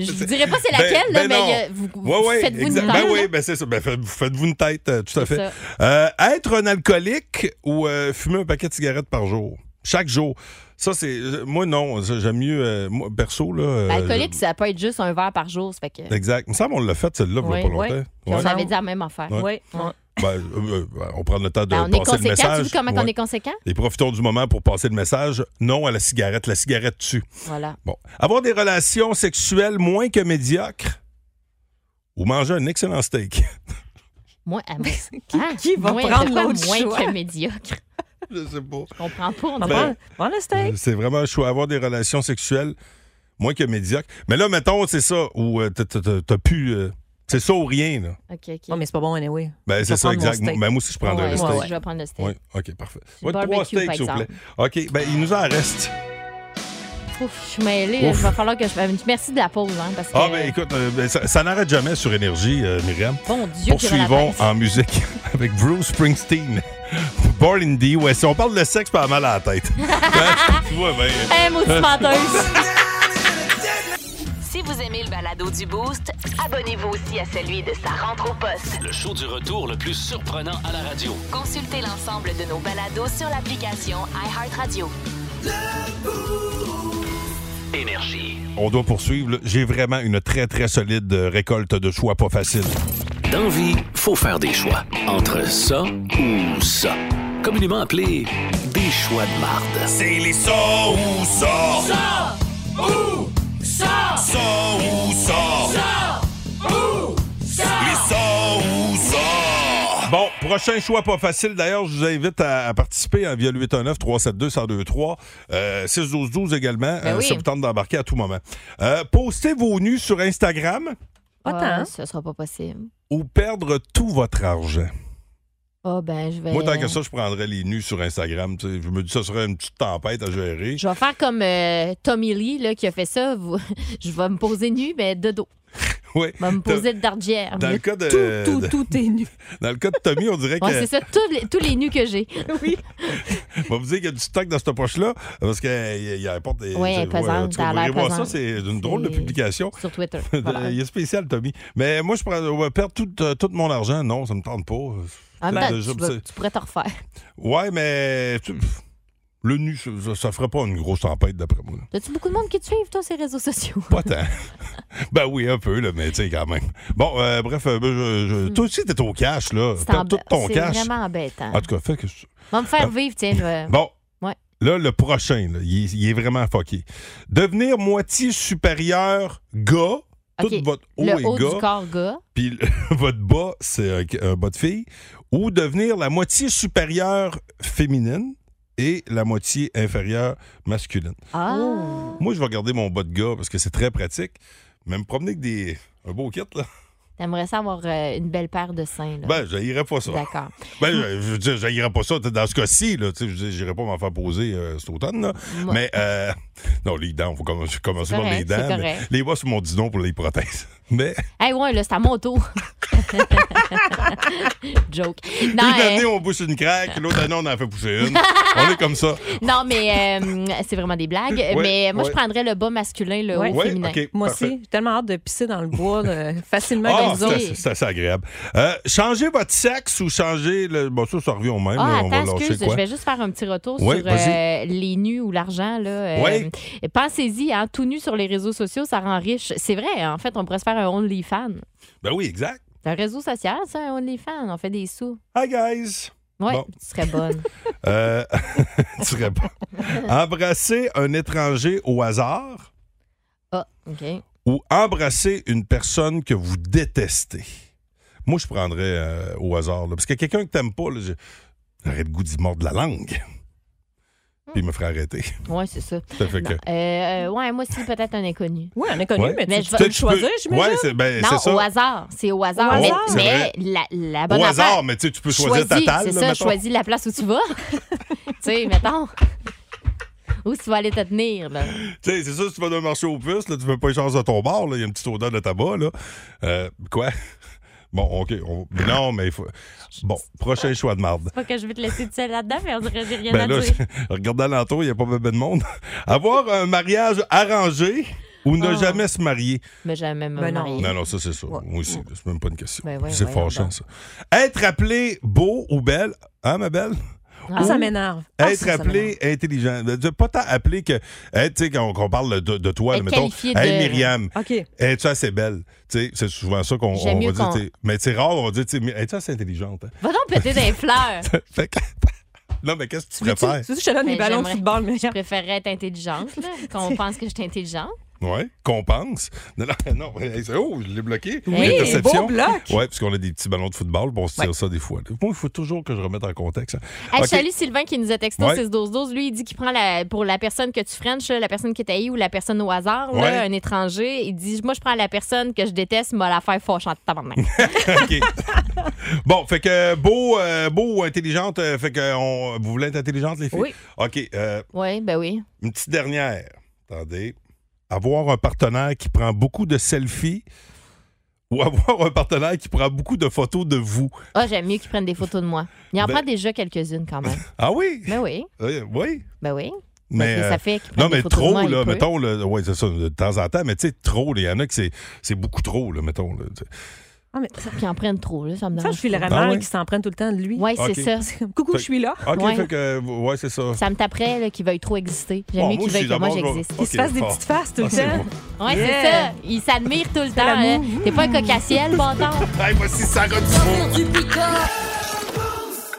S7: Je vous dirais pas c'est
S3: Ben-
S7: laquelle,
S3: ben
S7: là,
S3: non.
S7: mais euh, vous, vous-
S3: Ouais, ouais,
S7: faites-vous une
S3: exact.
S7: tête.
S3: Ben
S7: là.
S3: oui, ben c'est ça. Ben, faites- faites-vous une tête, euh, tout à
S7: C'est
S3: fait. Euh, être un alcoolique ou euh, fumer un paquet de cigarettes par jour, chaque jour. Ça, c'est. euh, Moi, non. ça, J'aime mieux. euh, moi, perso, là. euh,
S7: Alcoolique, ça peut être juste un verre par jour. Ça fait que...
S3: je- Exact. Il me semble qu'on l'a fait, celle-là, il y a
S7: Ouais,
S3: pas
S8: ouais.
S3: longtemps.
S7: Puis
S3: Ouais.
S7: On avait dit la même affaire.
S3: Ouais.
S8: Oui. ouais.
S3: Ben, euh, euh, on prend le temps de
S7: Ben, on
S3: passer
S7: est
S3: le
S7: conséquent. Tu
S3: message.
S7: vois comment on
S3: Ouais.
S7: est conséquent?
S3: Et profitons du moment pour passer le message. Non à la cigarette. La cigarette tue.
S7: Voilà.
S3: Bon. Avoir des relations sexuelles moins que médiocres ou manger un excellent steak.
S7: Moi, à
S8: qui va
S7: moins,
S8: prendre
S7: de quoi
S8: l'autre
S7: moins
S8: choix?
S7: que médiocre.
S3: Je sais pas.
S7: Je comprends pas. on
S8: On va
S7: dirait.
S8: prendre- prendre le steak.
S3: C'est vraiment un choix. Avoir des relations sexuelles moins que médiocres. Mais là, mettons, c'est ça, où euh, t'as- t'as t'as- t'as pu. euh, c'est ça ou rien, là.
S7: OK, OK.
S8: Non, mais c'est pas bon, anyway.
S3: Ben, c'est ça,
S8: vais prendre mon
S3: exact. Moi,
S8: steak.
S3: ben, moi aussi, je prendrais
S7: Ouais,
S3: le steak.
S7: ouais, Je vais prendre le steak.
S3: Oui, OK, parfait.
S7: Du
S3: Ouais, trois
S7: barbecue,
S3: steaks,
S7: par
S3: s'il vous plaît.
S7: exemple.
S3: OK, ben, il nous en reste.
S7: Ouf, je suis mêlée. là.
S3: Ouf.
S7: Il va falloir que je... Merci de la pause. Hein, parce que...
S3: Ah, ben, écoute, euh, ben, ça, ça n'arrête jamais sur Énergie, euh, Myriam.
S7: Bon Dieu, qu'il y aura la
S3: Poursuivons
S7: peste.
S3: en musique avec Bruce Springsteen. Born in the US. Si on parle de sexe, pas mal à la tête. Hein? tu vois, ben,
S7: Eh, maudite menteuse!
S1: Si vous aimez le balado du Boost, abonnez-vous aussi à celui de sa rentre au poste.
S2: Le show du retour le plus surprenant à la radio.
S1: Consultez l'ensemble de nos balados sur l'application iHeartRadio.
S2: Énergie.
S3: on doit poursuivre. là. J'ai vraiment une très, très solide euh, récolte de choix pas facile.
S2: Dans vie, faut faire des choix. Entre ça ou ça. communément appelés des choix de marde.
S3: C'est les ça ou ça.
S2: Ça
S3: ou ça. Ça ou ça. Ça ou ça. Les ça ou ça. Bon, prochain choix pas facile. D'ailleurs, je vous invite à, à participer hein, via le 819-372-1023. Euh, 612-12 également. Euh,
S7: Ben oui.
S3: Ça vous tente d'embarquer à tout moment. Euh, postez vos nus sur Instagram
S7: Pas tant. Ce sera pas possible.
S3: ou perdre tout votre argent.
S7: Oh, ben, je vais.
S3: Moi, tant que ça, je prendrais les nus sur Instagram. tu sais. Je me dis ça serait une petite tempête à gérer.
S7: Je vais faire comme euh, Tommy Lee là, qui a fait ça. Vous- Je vais me poser nu, mais de dos.
S3: Ouais.
S7: Je vais me poser le dardière.
S3: Dans le cas de-
S7: Tout,
S3: de-
S7: tout, tout est nu.
S3: Dans le cas de Tommy, on dirait
S7: Ouais,
S3: que.
S7: c'est ça, tous les, tous les nus que j'ai. Oui.
S3: On va vous dire qu'il y a du stock dans cette poche-là, parce qu'il apporte des.
S7: Ouais, elle est pesante,
S3: en tout cas,
S7: elle a
S3: vous irez
S7: l'air
S3: voir ça,
S7: pesante.
S3: c'est une drôle de
S7: C'est-
S3: publication.
S7: Sur Twitter. Voilà.
S3: Il est spécial, Tommy. Mais moi, je prends- on va perdre tout, euh, tout mon argent. Non, ça me tente pas.
S7: En même temps,
S3: C'est-
S7: Ah, ben, tu,
S3: je-
S7: vas-
S3: c'est-
S7: tu pourrais te refaire.
S3: Ouais, mais tu- pff, le nu, ça, ça- ça ferait pas une grosse tempête, d'après moi. là.
S7: T'as-tu beaucoup de monde qui te suivent, toi, ces réseaux sociaux?
S3: Pas tant. ben oui, un peu, là, mais tu sais, quand même. Bon, euh, bref, euh, je- je- toi aussi, t'es au cash, là.
S7: C'est
S3: Perds
S7: emba-
S3: tout ton
S7: Hmm. c'est
S3: cash.
S7: vraiment embêtant.
S3: En tout cas, fait que. je-
S7: Va me faire vivre, tiens. je vais-
S3: Bon.
S7: Ouais.
S3: Là, le prochain, là, il, est- il est vraiment fucké. Devenir moitié supérieur gars,
S7: OK.
S3: tout votre haut
S7: le
S3: est
S7: haut
S3: gars,
S7: du corps gars.
S3: puis le- votre bas, c'est un, un bas de fille, ou devenir la moitié supérieure féminine et la moitié inférieure masculine.
S7: Ah.
S3: Moi, je vais garder mon bas de gars parce que c'est très pratique, mais me promener avec des, un beau kit, là,
S7: T'aimerais ça avoir euh, une belle paire de seins. Là.
S3: ben, je pas ça.
S7: D'accord.
S3: Ben, je, je veux dire, j'haïrais pas ça dans ce cas-ci. Là, tu sais, je veux dire, j'irais pas m'en faire poser euh, cet automne. Là.
S7: Moi-
S3: Mais, euh, non, les dents, on va commencer, commencer par
S7: correct,
S3: les dents.
S7: c'est
S3: mais
S7: correct.
S3: Les bas sur mon dinon pour les prothèses. Mais,
S7: Hey, ouais, là, c'est à mon tour. Joke.
S3: une
S7: Non, euh,
S3: année, on pousse une craque, l'autre année, on en fait pousser une. on est comme ça.
S7: non, mais euh, c'est vraiment des blagues. mais moi,
S3: ouais.
S7: je prendrais le bas masculin, le haut
S3: Ouais,
S7: féminin.
S3: ok,
S8: Moi
S3: parfait.
S8: aussi, j'ai tellement hâte de pisser dans le bois là, facilement
S3: Ah,
S8: comme les
S3: c'est
S8: autres.
S3: assez- c'est assez agréable. Euh, changer votre sexe ou changer le. Bon, ça, ça revient au même. là,
S7: Ah,
S3: on va
S7: attends,
S3: lâcher
S7: excuse,
S3: quoi.
S7: je vais juste faire un petit retour
S3: Ouais,
S7: sur
S3: vas-y.
S7: euh, les nus ou l'argent. là. Euh,
S3: Ouais.
S7: Pensez-y, hein, tout nu sur les réseaux sociaux, ça rend riche. C'est vrai, hein, en fait, on pourrait se faire un OnlyFans.
S3: Ben oui, exact.
S7: C'est un réseau social, ça, un OnlyFans. On fait des sous.
S3: Hi, guys.
S7: Ouais,
S3: Bon.
S7: tu serais bonne.
S3: Euh, tu serais pas. Embrasser un étranger au hasard.
S7: Ah, OK.
S3: ou embrasser une personne que vous détestez. Moi, je prendrais euh, au hasard, là, parce que quelqu'un que t'aimes pas, là, je- j'aurais le goût d'y mordre la langue. Puis il me ferait arrêter.
S7: Ouais, c'est ça.
S3: Ça fait que-
S7: Non, euh, euh, ouais, moi aussi, peut-être un inconnu.
S8: Oui, on est connu,
S3: Ouais.
S8: mais,
S7: Mais
S8: tu,
S7: je vais-
S8: tu peux le
S3: Tu peux-
S8: choisir, j'imagine.
S3: Ouais, c'est ben,
S7: non,
S3: c'est ça.
S7: au hasard. C'est au hasard.
S8: Au
S7: mais
S8: hasard.
S3: C'est vrai.
S7: mais la, la bonne
S3: Au
S7: affaire-
S3: hasard, mais tu sais, tu peux choisir ta
S7: Choisis,
S3: table.
S7: C'est
S3: là,
S7: ça,
S3: mettons.
S7: choisis la place où tu vas. tu sais, mettons. Où tu vas aller te tenir, là.
S3: Tu sais, c'est ça, si tu vas d'un marché aux puces, là, tu veux pas échanger de ton bar, là, il y a une petite odeur de tabac. Là. Euh, quoi? Bon, OK. on- Non, mais il faut. Bon, prochain choix de marde.
S7: Pas que je vais te laisser tout seul là-dedans, mais on dirait que j'ai rien
S3: Ben
S7: à
S3: là,
S7: dire.
S3: regardant l'entour, il n'y a pas bébé de monde. Avoir un mariage arrangé ou ne
S7: Ah.
S3: jamais se marier.
S7: Mais jamais me
S8: Ben non.
S7: marier.
S3: Non, non, ça, c'est ça.
S8: Ouais.
S3: Moi aussi, c'est même pas une question.
S7: Ben ouais,
S3: c'est
S7: voyons
S3: fâchant,
S7: donc.
S3: ça. Être appelé beau ou belle, hein, ma belle?
S8: Ah, ça m'énerve. Ah,
S3: être
S8: ça, ça m'énerve.
S3: appelé intelligent. Ben, tu sais, Pas tant appelé que. Hey, tu sais, quand on- qu'on parle de, de toi, là,
S7: Être
S3: mettons.
S7: qualifié
S3: Hey,
S7: de-
S3: Myriam.
S8: OK.
S3: Es-tu assez belle? Tu sais, c'est souvent ça qu'on
S7: J'aime
S3: on va
S7: mieux
S3: dire.
S7: qu'on-
S3: tu sais. Mais c'est rare, on va dire, tu sais, mais es-tu assez intelligente? hein?
S7: Va donc péter des fleurs.
S3: Fait que- non, mais qu'est-ce que tu
S8: Tu veux tu
S3: préfères?
S8: veux-tu que je te donne
S7: Ben,
S8: les ballons de
S7: j'aimerais-
S8: football, mais
S7: Je préférerais être intelligente, là, qu'on pense que je suis intelligente.
S3: Oui, qu'on pense. Non, non, non, hey, c'est- oh, je l'ai bloqué.
S8: Oui,
S3: Interception.
S8: beau bloc.
S3: Oui, parce qu'on a des petits ballons de football, puis on se tire ça des fois. là. Moi, il faut toujours que je remette en contexte. hein.
S7: Hey,
S3: OK.
S7: Salut Sylvain qui nous a texté
S3: Ouais.
S7: au 6-12-12. Lui, il dit qu'il prend la, pour la personne que tu frenches, là, la personne qui t'haït ou la personne au hasard, là,
S3: Ouais.
S7: un étranger. Il dit Moi, je prends la personne que je déteste, m'a la faire fâchante. Tabarnak.
S3: OK. bon, fait que beau, euh, beau ou intelligente, euh, fait que on- vous voulez être intelligente, les filles?
S8: Oui.
S3: OK, euh,
S7: oui, ben oui.
S3: une petite dernière. Attendez. Avoir un partenaire qui prend beaucoup de selfies ou avoir un partenaire qui prend beaucoup de photos de vous.
S7: Ah, j'aime mieux qu'ils prennent des photos de moi. Il en
S3: Ben-
S7: prend déjà quelques-unes quand même.
S3: Ah oui?
S7: Ben oui,
S3: Euh, oui.
S7: ben oui.
S3: Mais,
S7: Parce que
S3: euh,
S7: ça fait qu'ils prennent
S3: Non,
S7: des
S3: mais
S7: photos de
S3: trop,
S7: moi, il
S3: là,
S7: peut.
S3: mettons, là, ouais, c'est ça, de temps en temps, mais tu sais, trop, là, il y en a qui c'est- c'est beaucoup trop, là, mettons. Là, tu sais.
S8: Ah, mais ça,
S7: Qu'ils en prennent trop, là, ça me
S8: ça,
S7: dérange.
S8: je suis le
S3: Ah, ouais.
S8: mal qui s'en prenne tout le temps de lui.
S7: Oui, c'est
S3: Ok.
S7: ça.
S8: C'est comme, Coucou, je suis là.
S3: OK,
S7: Ouais.
S3: fait que, euh, ouais, c'est ça.
S7: Ça me taperait là, qu'ils veuillent trop exister. J'aime
S3: Bon,
S7: mieux
S3: moi,
S7: qu'ils
S3: je suis
S7: veuillent que moi
S3: d'abord, je vais-
S7: j'existe.
S8: Il se
S3: Ok,
S8: fasse des
S3: fort.
S8: petites faces tout
S3: Ah,
S8: le
S3: c'est
S8: temps.
S3: bon.
S7: Ouais, c'est
S8: Yeah.
S7: ça. Ils s'admirent tout le temps.
S8: la
S7: hein. T'es pas un cocassiel, bâtard.
S3: Hey, voici Sarah Dufour.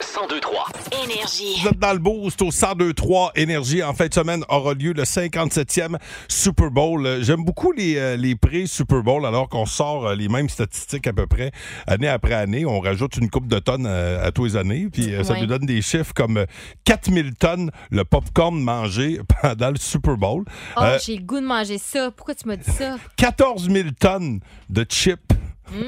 S2: 100 1023.
S1: Énergie.
S3: Vous êtes dans le boost au 1023 Énergie. En fin de semaine aura lieu le 57e Super Bowl. Euh, J'aime beaucoup les, euh, les prix Super Bowl alors qu'on sort euh, les mêmes statistiques à peu près année après année. On rajoute une coupe de tonnes euh, à tous les années. Puis euh, ça
S7: Ouais.
S3: nous donne des chiffres comme euh, 4000 tonnes le popcorn mangé pendant le Super Bowl.
S7: Oh,
S3: Euh,
S7: j'ai le goût de manger ça. Pourquoi tu m'as dit ça?
S3: 14 000 tonnes de chips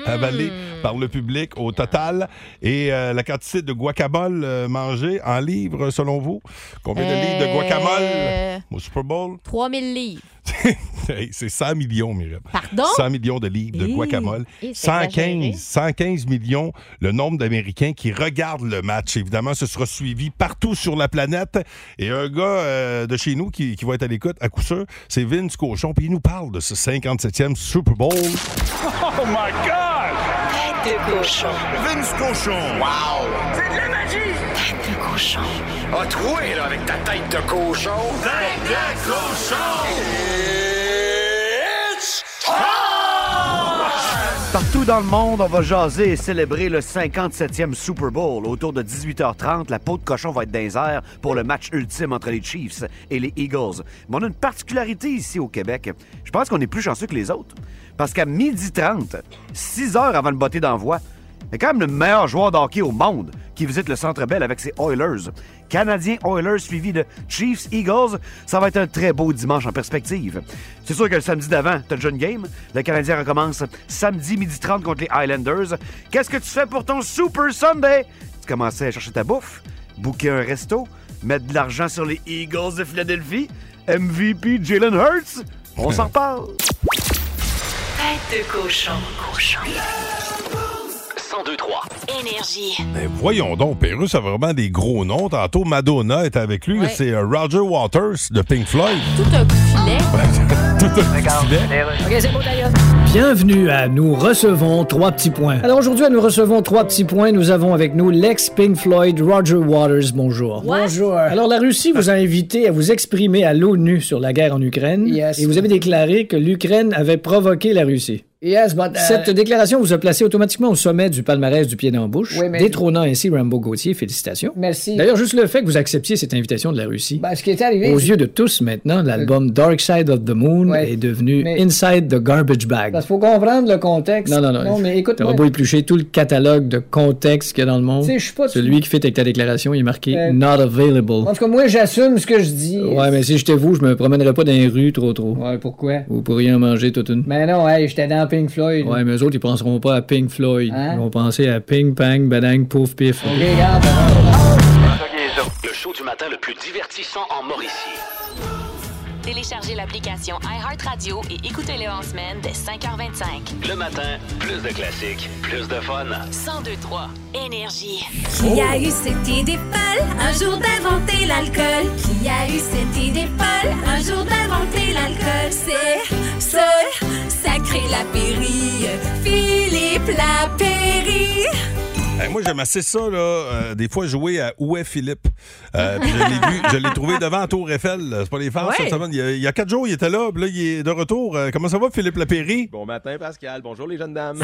S3: avalées par le public au total. Et euh, la quantité de guacamole euh, mangée en livres, selon vous? Combien de livres de
S7: Euh,
S3: guacamole au Super Bowl?
S7: 3000 livres.
S3: Hey, c'est 100 millions, Myriam.
S7: Pardon?
S3: 100 millions de livres de
S7: Hi.
S3: guacamole.
S7: Hi, c'est
S3: 115,
S7: exagéré.
S3: 115 millions, le nombre d'Américains qui regardent le match. Évidemment, ce sera suivi partout sur la planète. Et un gars euh, de chez nous qui, qui va être à l'écoute, à coup sûr, c'est Vince Cochon. Puis il nous parle de ce 57e Super Bowl.
S11: Oh my God! Tête de cochon. Vince cochon. Wow! C'est de la magie! Tête de cochon. Ah, troué, là, avec ta tête de cochon. Tête de cochon! It's time!
S12: Partout dans le monde, on va jaser et célébrer le 57e Super Bowl. Autour de 18h30, la peau de cochon va être dans les airs pour le match ultime entre les Chiefs et les Eagles. Mais on a une particularité ici au Québec. Je pense qu'on est plus chanceux que les autres. Parce qu'à 12h30, 6 heures avant le botté d'envoi, c'est quand même le meilleur joueur de hockey au monde qui visite le Centre Bell avec ses Oilers. Canadien Oilers suivi de Chiefs Eagles, ça va être un très beau dimanche en perspective. C'est sûr que le samedi d'avant, t'as le jeune game. Le Canadien recommence samedi midi 30 contre les Highlanders. Qu'est-ce que tu fais pour ton Super Sunday? Tu commences à chercher ta bouffe, booker un resto, mettre de l'argent sur les Eagles de Philadelphie, MVP Jalen Hurts. On s'en parle.
S1: Tête de cochon. Cochon. 1023. Énergie.
S3: Mais voyons donc, Pérus a vraiment des gros noms. Tantôt, Madonna est avec lui.
S1: Ouais.
S3: C'est euh, Roger Waters de Pink Floyd.
S7: Tout un coup de filet.
S3: Tout un petit filet.
S4: OK, c'est bon, Bienvenue à Nous recevons trois petits points. Alors aujourd'hui, à Nous recevons trois petits points, nous avons avec nous l'ex-Pink Floyd Roger Waters. Bonjour.
S5: Bonjour.
S4: Alors la Russie vous a invité à vous exprimer à l'ONU sur la guerre en Ukraine
S5: Yes.
S4: et vous avez déclaré que l'Ukraine avait provoqué la Russie.
S5: Yes, but... euh,
S4: Cette déclaration vous a placé automatiquement au sommet du palmarès du pied dans la bouche,
S5: Oui, mais-
S4: détrônant ainsi Rambo Gauthier. Félicitations.
S5: Merci.
S4: D'ailleurs, juste le fait que vous acceptiez cette invitation de la Russie,
S5: Ben, ce qui est arrivé...
S4: aux
S5: c'est-
S4: yeux de tous maintenant, l'album Dark Side of the Moon est devenu
S5: Euh, mais-
S4: Inside the Garbage Bag.
S5: Parce qu'il faut comprendre le contexte.
S4: Non, non, non.
S5: Non, mais écoute-moi.
S4: T'auras beau éplucher tout le catalogue de contexte qu'il y a dans le monde.
S5: Tu sais, je suis pas-
S4: Celui qui fait avec ta déclaration, il est marqué
S5: Euh,
S4: Not available.
S5: En tout cas, moi, j'assume ce que je dis.
S4: Ouais, mais si j'étais vous, je me promènerais pas dans les rues trop trop.
S5: Ouais, pourquoi?
S4: Vous pourriez en manger toute une.
S5: Mais non, hey, j'étais dans Pink Floyd.
S4: Ouais, mais eux autres, ils penseront pas à Pink Floyd.
S5: Hein?
S4: Ils vont penser à Ping Pang, Badang, Pouf Pif.
S5: OK, regarde.
S2: Le show du matin le plus divertissant en Mauricie.
S1: Téléchargez l'application iHeartRadio et écoutez-le en semaine dès 5h25.
S2: Le matin, plus de classiques, plus de fun.
S1: 1023. Énergie.
S6: Qui a eu cette idée folle un jour d'inventer l'alcool? Qui a eu cette idée folle un jour d'inventer l'alcool? C'est ce sacré Lapéry, Philippe Lapéry.
S3: Hey, moi, j'aime assez ça, là, euh, des fois jouer à Où est Philippe? Euh, puis je l'ai vu, je l'ai trouvé devant la Tour Eiffel. là. C'est pas les fans
S13: Ouais.
S3: cette semaine. Il y, a, il y a quatre jours, il était là, puis là, il est de retour. Euh, comment ça va, Philippe Lapéry?
S13: Bon matin, Pascal. Bonjour, les jeunes dames.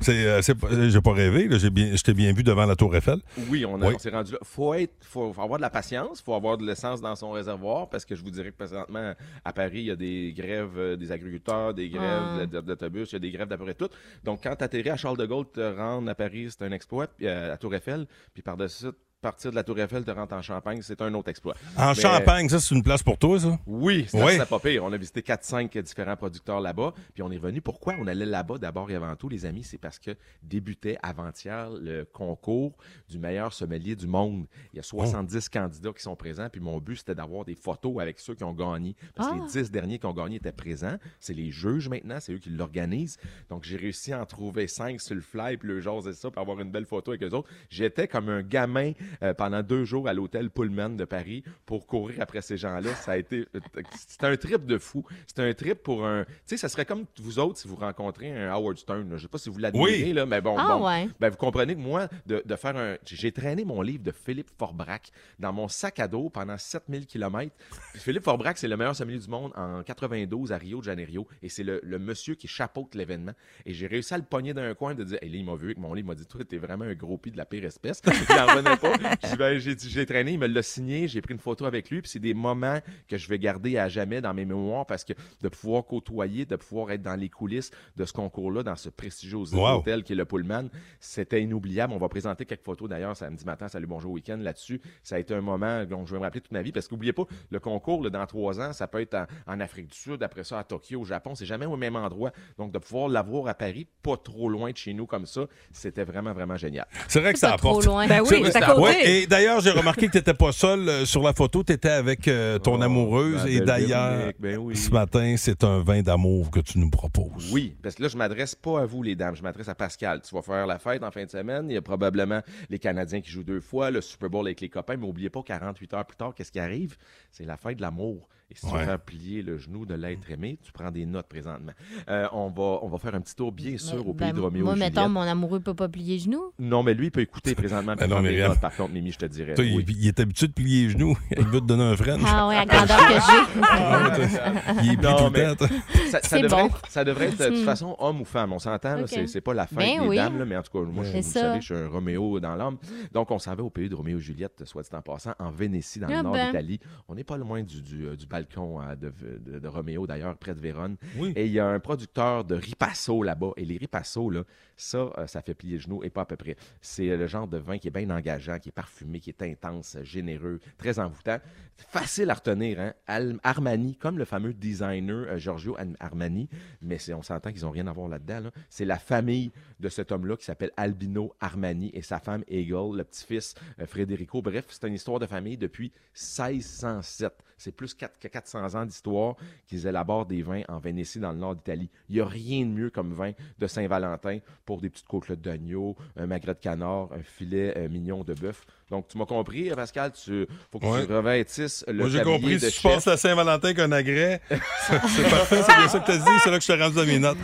S3: C'est, euh, c'est pas- euh, j'ai pas rêvé, là. J'ai bien, je t'ai bien vu devant la Tour Eiffel.
S13: Oui, on, a-
S3: Oui.
S13: on s'est rendu là. Faut être, faut faut avoir de la patience, faut avoir de l'essence dans son réservoir, parce que je vous dirais que présentement à Paris, il y a des grèves euh, des agriculteurs, des grèves
S14: Ah.
S13: de- de- d'autobus, il y a des grèves d'à peu près toutes. Donc, quand t'atterris à Charles de Gaulle, te rendre à Paris, c'est un exploit, puis euh, à la Tour Eiffel, puis par-dessus ça, partir de la Tour Eiffel, te rendre en Champagne, c'est un autre exploit.
S3: En
S13: Mais-
S3: Champagne, ça, c'est une place pour toi, ça?
S13: Oui, c'est
S3: Oui.
S13: ça pas pire. On a visité 4-5 différents producteurs là-bas. Puis on est revenu. Pourquoi on allait là-bas d'abord et avant tout, les amis? C'est parce que débutait avant-hier le concours du meilleur sommelier du monde. Il y a 70 candidats qui sont présents. Puis mon but, c'était d'avoir des photos avec ceux qui ont gagné. Parce que
S14: Ah.
S13: les 10 derniers qui ont gagné étaient présents. C'est les juges maintenant. C'est eux qui l'organisent. Donc j'ai réussi à en trouver 5 sur le fly. Puis le jaser ça pour avoir une belle photo avec eux autres. J'étais comme un gamin euh, pendant deux jours à l'hôtel Pullman de Paris pour courir après ces gens-là. Ça a été. euh, C'était un trip de fou. C'était un trip pour un. Tu sais, ça serait comme vous autres si vous rencontrez un Howard Stern. là. Je sais pas si vous l'admirez,
S14: Oui.
S13: là, mais bon.
S14: Ah,
S13: bon.
S14: ouais.
S13: Ben, vous comprenez que moi, de, de faire un. J'ai traîné mon livre de Philippe Forbrac dans mon sac à dos pendant 7000 km. Philippe Forbrac, c'est le meilleur sommelier du monde en 92 à Rio de Janeiro. Et c'est le, le monsieur qui chapeaute l'événement. Et j'ai réussi à le pogner d'un coin de dire Hey, là, il m'a vu avec mon livre. Il m'a dit Toi, t'es vraiment un gros pis de la pire espèce. Il n'en revenait pas. J'ai- ben, j'ai dit- j'ai traîné, il me l'a signé, j'ai pris une photo avec lui, puis c'est des moments que je vais garder à jamais dans mes mémoires parce que de pouvoir côtoyer, de pouvoir être dans les coulisses de ce concours-là, dans ce prestigieux
S3: Wow.
S13: hôtel qui est le Pullman, c'était inoubliable. On va présenter quelques photos d'ailleurs samedi matin, salut, bonjour, week-end là-dessus. Ça a été un moment dont je vais me rappeler toute ma vie parce qu'oubliez pas, le concours, là, dans trois ans, ça peut être en, en Afrique du Sud, après ça à Tokyo, au Japon, c'est jamais au même endroit. Donc de pouvoir l'avoir à Paris, pas trop loin de chez nous comme ça, c'était vraiment, vraiment génial.
S3: C'est vrai que ça apporte.
S13: Ben oui,
S3: C'est vrai
S13: c'est
S3: que
S13: à
S3: ça-
S13: côté.
S3: Ouais, Et d'ailleurs, j'ai remarqué que tu n'étais pas seul euh, sur la photo, tu étais avec euh, ton amoureuse.
S13: Oh, ma
S3: Et
S13: belle
S3: d'ailleurs,
S13: Véronique, ben oui.
S3: ce matin, c'est un vin d'amour que tu nous proposes.
S13: Oui, parce que là, je m'adresse pas à vous, les dames, je m'adresse à Pascal. Tu vas faire la fête en fin de semaine. Il y a probablement les Canadiens qui jouent deux fois, le Super Bowl avec les copains, mais n'oubliez pas, 48 heures plus tard, qu'est-ce qui arrive? C'est la fête de l'amour. Et si tu
S3: Ouais.
S13: veux plier le genou de l'être aimé, tu prends des notes présentement. Euh, on, va, on va faire un petit tour, bien sûr, au
S7: Ben,
S13: pays de Roméo
S7: moi,
S13: et Juliette.
S7: mettons, mon amoureux peut pas plier genoux.
S13: Non, mais lui, il peut écouter présentement. puis
S3: Ben non,
S13: prendre des
S3: Myriam.
S13: notes, par contre, Mimi, je te dirais.
S3: Toi, il- il, est habitué de plier les genoux. Il veut te donner un frein.
S7: Ah ouais, à grandeur que
S13: Ah,
S3: j'ai. il est plus tout le
S13: mais
S3: temps,
S13: ça, ça
S7: C'est
S13: devrait,
S7: bon.
S13: être- ça devrait être euh, de toute
S7: Hmm.
S13: façon homme ou femme, on s'entend, là,
S7: Ok.
S13: c'est- c'est pas la fin
S7: Ben
S13: des
S7: oui.
S13: dames, là, mais en tout cas, moi, je,
S7: C'est
S13: vous
S7: ça.
S13: savez, je suis un Roméo dans l'âme. Donc, on s'en va au pays de Roméo et Juliette, soit dit en passant, en Vénétie, dans
S7: Ah
S13: le nord
S7: ben.
S13: d'Italie. On n'est pas loin du, du, euh, du balcon euh, de, de- de Roméo, d'ailleurs, près de Vérone. Et il y a un producteur de ripasso là-bas. Et les ripasso, là, ça, euh, ça fait plier le genou et pas à peu près. C'est euh, le genre de vin qui est bien engageant, qui est parfumé, qui est intense, euh, généreux, très envoûtant. Facile à retenir, hein? Al- Armani, comme le fameux designer euh, Giorgio An- Armani, mais c'est- on s'entend qu'ils n'ont rien à voir là-dedans. là. C'est la famille de cet homme-là qui s'appelle Albino Armani et sa femme Eagle, le petit-fils euh, Federico. Bref, c'est une histoire de famille depuis 1607. C'est plus quatre- que 400 ans d'histoire qu'ils élaborent des vins en Vénétie, dans le nord d'Italie. Il n'y a rien de mieux comme vin de Saint-Valentin pour des petites côtelettes d'agneau, un magret de canard, un filet euh, mignon de bœuf. Donc, tu m'as compris, euh, Pascal, tu faut que
S3: Ouais.
S13: tu revêtisses le
S3: Moi, j'ai
S13: tablier
S3: compris.
S13: de
S3: Si tu
S13: chef.
S3: passes la Saint-Valentin qu'un agrès, c'est c'est parfait. C'est bien ça que tu as dit. C'est là que je te rendu dans mes notes.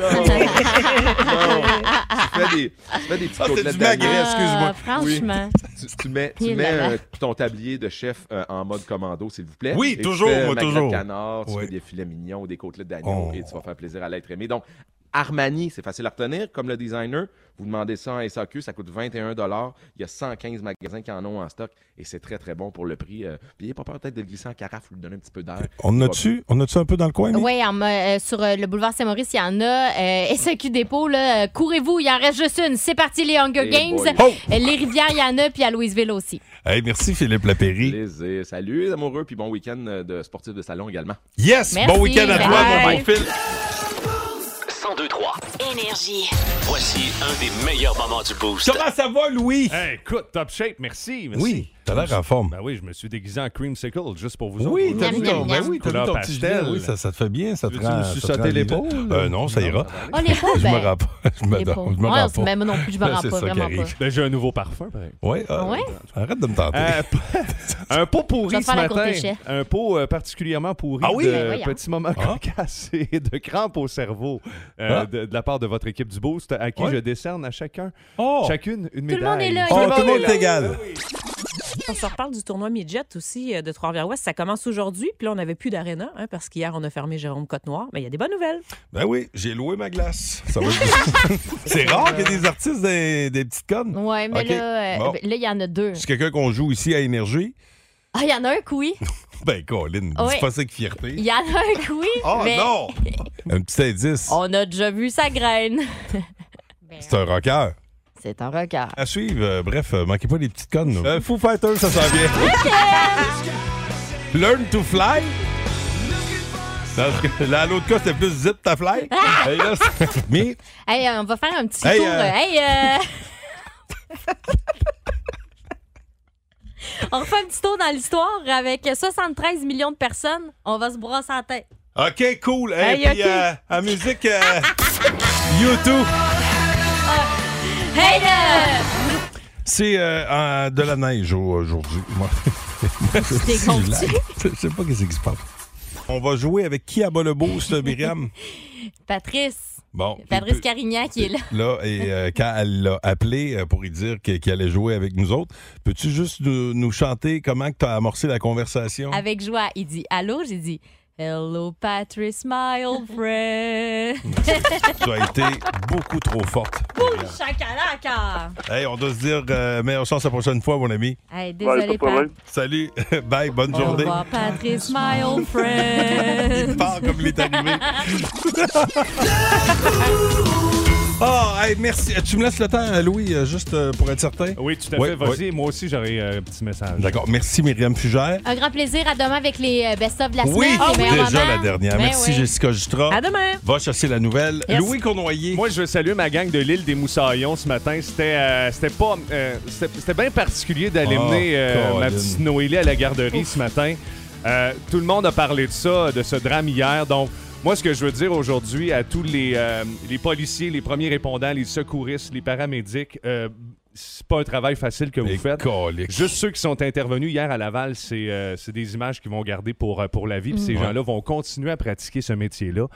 S13: tu fais des, tu fais des petites
S3: Ah, c'est
S13: côtelettes
S3: du magret,
S13: d'agneau.
S3: excuse-moi.
S7: Ah, franchement.
S13: Oui. Tu, tu mets, tu
S7: Il est
S13: mets
S7: là-bas.
S13: euh, ton tablier de chef euh, en mode commando, s'il vous plaît.
S3: Oui,
S13: Et tu
S3: toujours,
S13: fais un
S3: moi,
S13: magret de
S3: toujours.
S13: canard, tu
S3: Oui.
S13: fais des filets mignons, des côtelettes d'agneau,
S3: Oh.
S13: et tu vas faire plaisir à l'être aimé. Donc, Armani, c'est facile à retenir, comme le designer. Vous demandez ça en SAQ, ça coûte 21 Il y a 115 magasins qui en ont en stock et c'est très, très bon pour le prix. Euh, puis, n'ayez pas peur peut-être de le glisser en carafe, lui donner un petit peu d'air.
S3: On a-tu on a-tu un peu dans le coin? Mick?
S7: Oui, sur euh, le boulevard Saint-Maurice, il y en a. Euh, SAQ Dépôt, là, euh, courez-vous, il en reste juste une. C'est parti, les Hunger
S13: Hey
S7: Games.
S13: Eh boy.
S3: Oh!
S7: Euh, Les Rivières, il y en a, puis à Louisville aussi.
S3: Hey, merci, Philippe Lapéry.
S13: Plaisir. Salut, les amoureux, puis bon week-end euh, de sportif de salon également.
S3: Yes!
S7: Merci,
S3: bon week-end à
S7: bye.
S3: toi, mon bon Phil.
S2: 1023.
S1: Énergie.
S2: Voici un des meilleurs moments du boost.
S3: Comment ça va, Louis?
S14: Hey, écoute, top shape, merci. merci.
S3: Oui, t'as l'air en forme.
S14: Ben oui, je me suis déguisé en creamsicle juste pour vous
S3: Oui,
S14: autres.
S3: t'as vu ton, ben oui, t'as vu
S14: Couleur
S3: ton petit
S14: pastel.
S3: gilet, Oui, ça, ça te fait bien, ça te
S14: Veux-tu
S3: rend...
S14: me
S3: ça te
S14: sucer
S3: rend
S14: tes
S3: libre.
S14: l'épaule?
S3: Euh, non, ça ira.
S7: Oh, l'épaule,
S3: Je me
S7: ben.
S3: rends pas. Je me
S7: L'épaule.
S3: rends- je me
S7: Ouais,
S3: rends
S7: c'est- mais moi non plus, je me rends
S3: C'est
S7: pas,
S3: ça qui
S7: vraiment
S3: arrive.
S7: pas.
S14: Ben, j'ai un nouveau parfum. pareil.
S3: Ouais, euh,
S7: Ouais?
S3: Arrête de me tenter.
S14: Euh, un pot
S7: Je
S14: pourri
S7: vais
S14: ce
S7: faire la courte
S14: matin.
S7: échelle.
S14: Un pot euh, particulièrement pourri
S3: Ah oui? Ben
S14: de
S3: voyons.
S14: petits moments cocasses et de crampes au cerveau euh,
S3: Ah.
S14: de, de la part de votre équipe du Boost, à qui
S3: Ouais.
S14: je décerne à chacun,
S3: Oh.
S14: chacune une
S8: Tout
S14: médaille.
S8: le monde est là,
S3: Oh, tout le monde est
S7: Ah
S3: égal.
S8: On se reparle du tournoi midget aussi euh, de Trois-Rivières-Ouest. Ça commence aujourd'hui. Puis là, on n'avait plus d'aréna hein, parce qu'hier, on a fermé Jérôme Côte-Noire. Mais il y a des bonnes nouvelles.
S3: Ben oui, j'ai loué ma glace. Ça va être- C'est rare qu'il y ait des artistes des, des petites connes.
S7: Oui, mais
S3: OK,
S7: là, euh,
S3: bon.
S7: ben, là, il y en a deux.
S3: C'est quelqu'un qu'on joue ici à Énergie.
S7: Ah, il y en a un que oui.
S3: Ben, Colin,
S7: Ouais.
S3: dis pas ça avec fierté.
S7: Il y en a un que oui.
S13: Ah,
S3: Oh
S7: mais
S3: non! Un petit indice.
S7: On a déjà vu sa graine.
S3: C'est un rocker.
S7: C'est un rocker.
S3: À suivre, euh, bref, euh, manquez pas les petites connes. nous. Euh, Foo Fighters, ça sent bien. Learn to fly. Parce que là, à l'autre cas, c'était plus zip ta fly.
S7: Ah!
S3: Et là, c'est- Mais
S7: Hey, euh, on va faire un petit
S3: Hey,
S7: tour.
S3: euh,
S7: euh, Hey, euh, on refait un petit tour dans l'histoire avec 73 millions de personnes. On va se brasser en tête.
S3: OK, cool. Et
S7: Hey,
S3: puis,
S7: OK.
S3: euh, en musique, euh, YouTube.
S6: Ah.
S7: Hey, euh,
S3: C'est euh, en- de la neige au- aujourd'hui. Moi, je suis
S7: déconfiné.
S3: là. Je sais pas qu'est-ce qui se passe. On va jouer avec qui à bas le boost, Myriam?
S7: Patrice.
S3: Bon.
S7: Patrice Carignan qui est là.
S3: Là, et euh, quand elle l'a appelé euh, pour lui dire que- qu'elle allait jouer avec nous autres, peux-tu juste nous, nous chanter comment tu as amorcé la conversation?
S7: Avec joie, il dit Allô, j'ai dit Hello, Patrice, my old friend.
S3: Tu as été beaucoup trop forte.
S7: Boule chakalaka.
S3: Hey, on doit se dire euh, meilleure chance la prochaine fois, mon ami.
S7: Hey, désolé, Pat.
S3: Salut. Bye. Bonne
S7: Au
S3: journée.
S7: revoir, Oh, Patrice, my old friend.
S3: Il part comme il est arrivé. Ah, hey, merci. Tu me laisses le temps, euh, Louis, euh, juste euh, pour être certain? Oui, tout
S14: à fait. Vas-y, moi aussi, j'aurais euh, un petit message.
S3: D'accord. Merci, Myriam Fugère.
S7: Un grand plaisir. À demain avec les euh, best-of de la
S3: Oui,
S7: semaine. les meilleurs
S3: déjà
S7: moments.
S3: la dernière.
S7: Ben
S3: Merci,
S7: oui.
S3: Jessica Justra.
S7: À demain.
S3: Va chercher la nouvelle. Louis, Cournoyer.
S14: Moi, je veux saluer ma gang de l'île des Moussaillons ce matin. C'était euh, c'était pas euh, c'était c'était bien particulier d'aller
S3: Oh,
S14: mener euh,
S3: Colin.
S14: ma petite Noélie à la garderie ce matin. Euh, tout le monde a parlé de ça, de ce drame hier. Donc, moi, ce que je veux dire aujourd'hui à tous les, euh, les policiers, les premiers répondants, les secouristes, les paramédics, euh, c'est pas un travail facile que vous faites. Juste ceux qui sont intervenus hier à Laval, c'est euh, c'est des images qu'ils vont garder pour, euh, pour la vie. Puis ces
S3: Mm.
S14: gens-là vont continuer à pratiquer ce métier-là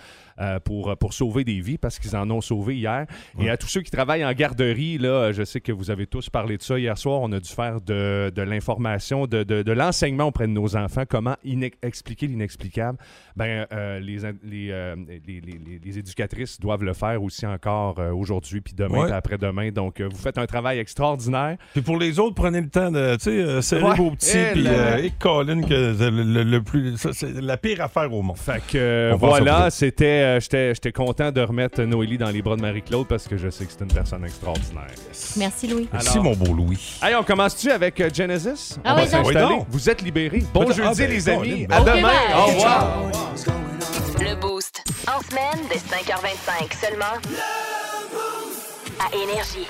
S14: euh, pour, pour sauver des vies parce qu'ils en ont sauvé hier. Et à tous ceux qui travaillent en garderie, là, euh, je sais que vous avez tous parlé de ça hier soir. On a dû faire de, de l'information, de, de- de l'enseignement auprès de nos enfants, comment inex- expliquer l'inexplicable. Ben, euh, les, in- les, euh, les- les- les- les éducatrices doivent le faire aussi encore euh, aujourd'hui, puis demain,
S3: Ouais.
S14: puis après-demain. Donc, euh, vous faites un travail extraordinaire.
S3: Puis pour les autres, prenez le temps de, tu sais, euh, serrer
S14: Ouais.
S3: vos petits,
S14: Eh
S3: puis
S14: là là.
S3: euh, et Colin, que le, le- le plus, ça, c'est la pire affaire au monde.
S14: Fait que
S3: On pense à vous
S14: voilà,
S3: autres.
S14: c'était, euh, j'étais j'étais content de remettre Noélie dans les bras de Marie-Claude parce que je sais que c'est une personne extraordinaire.
S7: Merci, Louis.
S3: Merci, mon beau Louis.
S14: Hey, on commence-tu avec euh, Genesis? on
S7: Ah
S14: va
S7: oui, donc.
S14: s'installer.
S7: Oui, donc.
S14: Vous êtes libérés. Bon
S3: Peut-être-
S14: jeudi,
S3: ah, ben,
S14: les
S3: bon,
S14: amis.
S3: ben,
S14: à
S3: ben.
S14: demain.
S7: bye.
S14: Au revoir.
S1: Le Boost. En semaine, dès 5h25 seulement. À Énergie.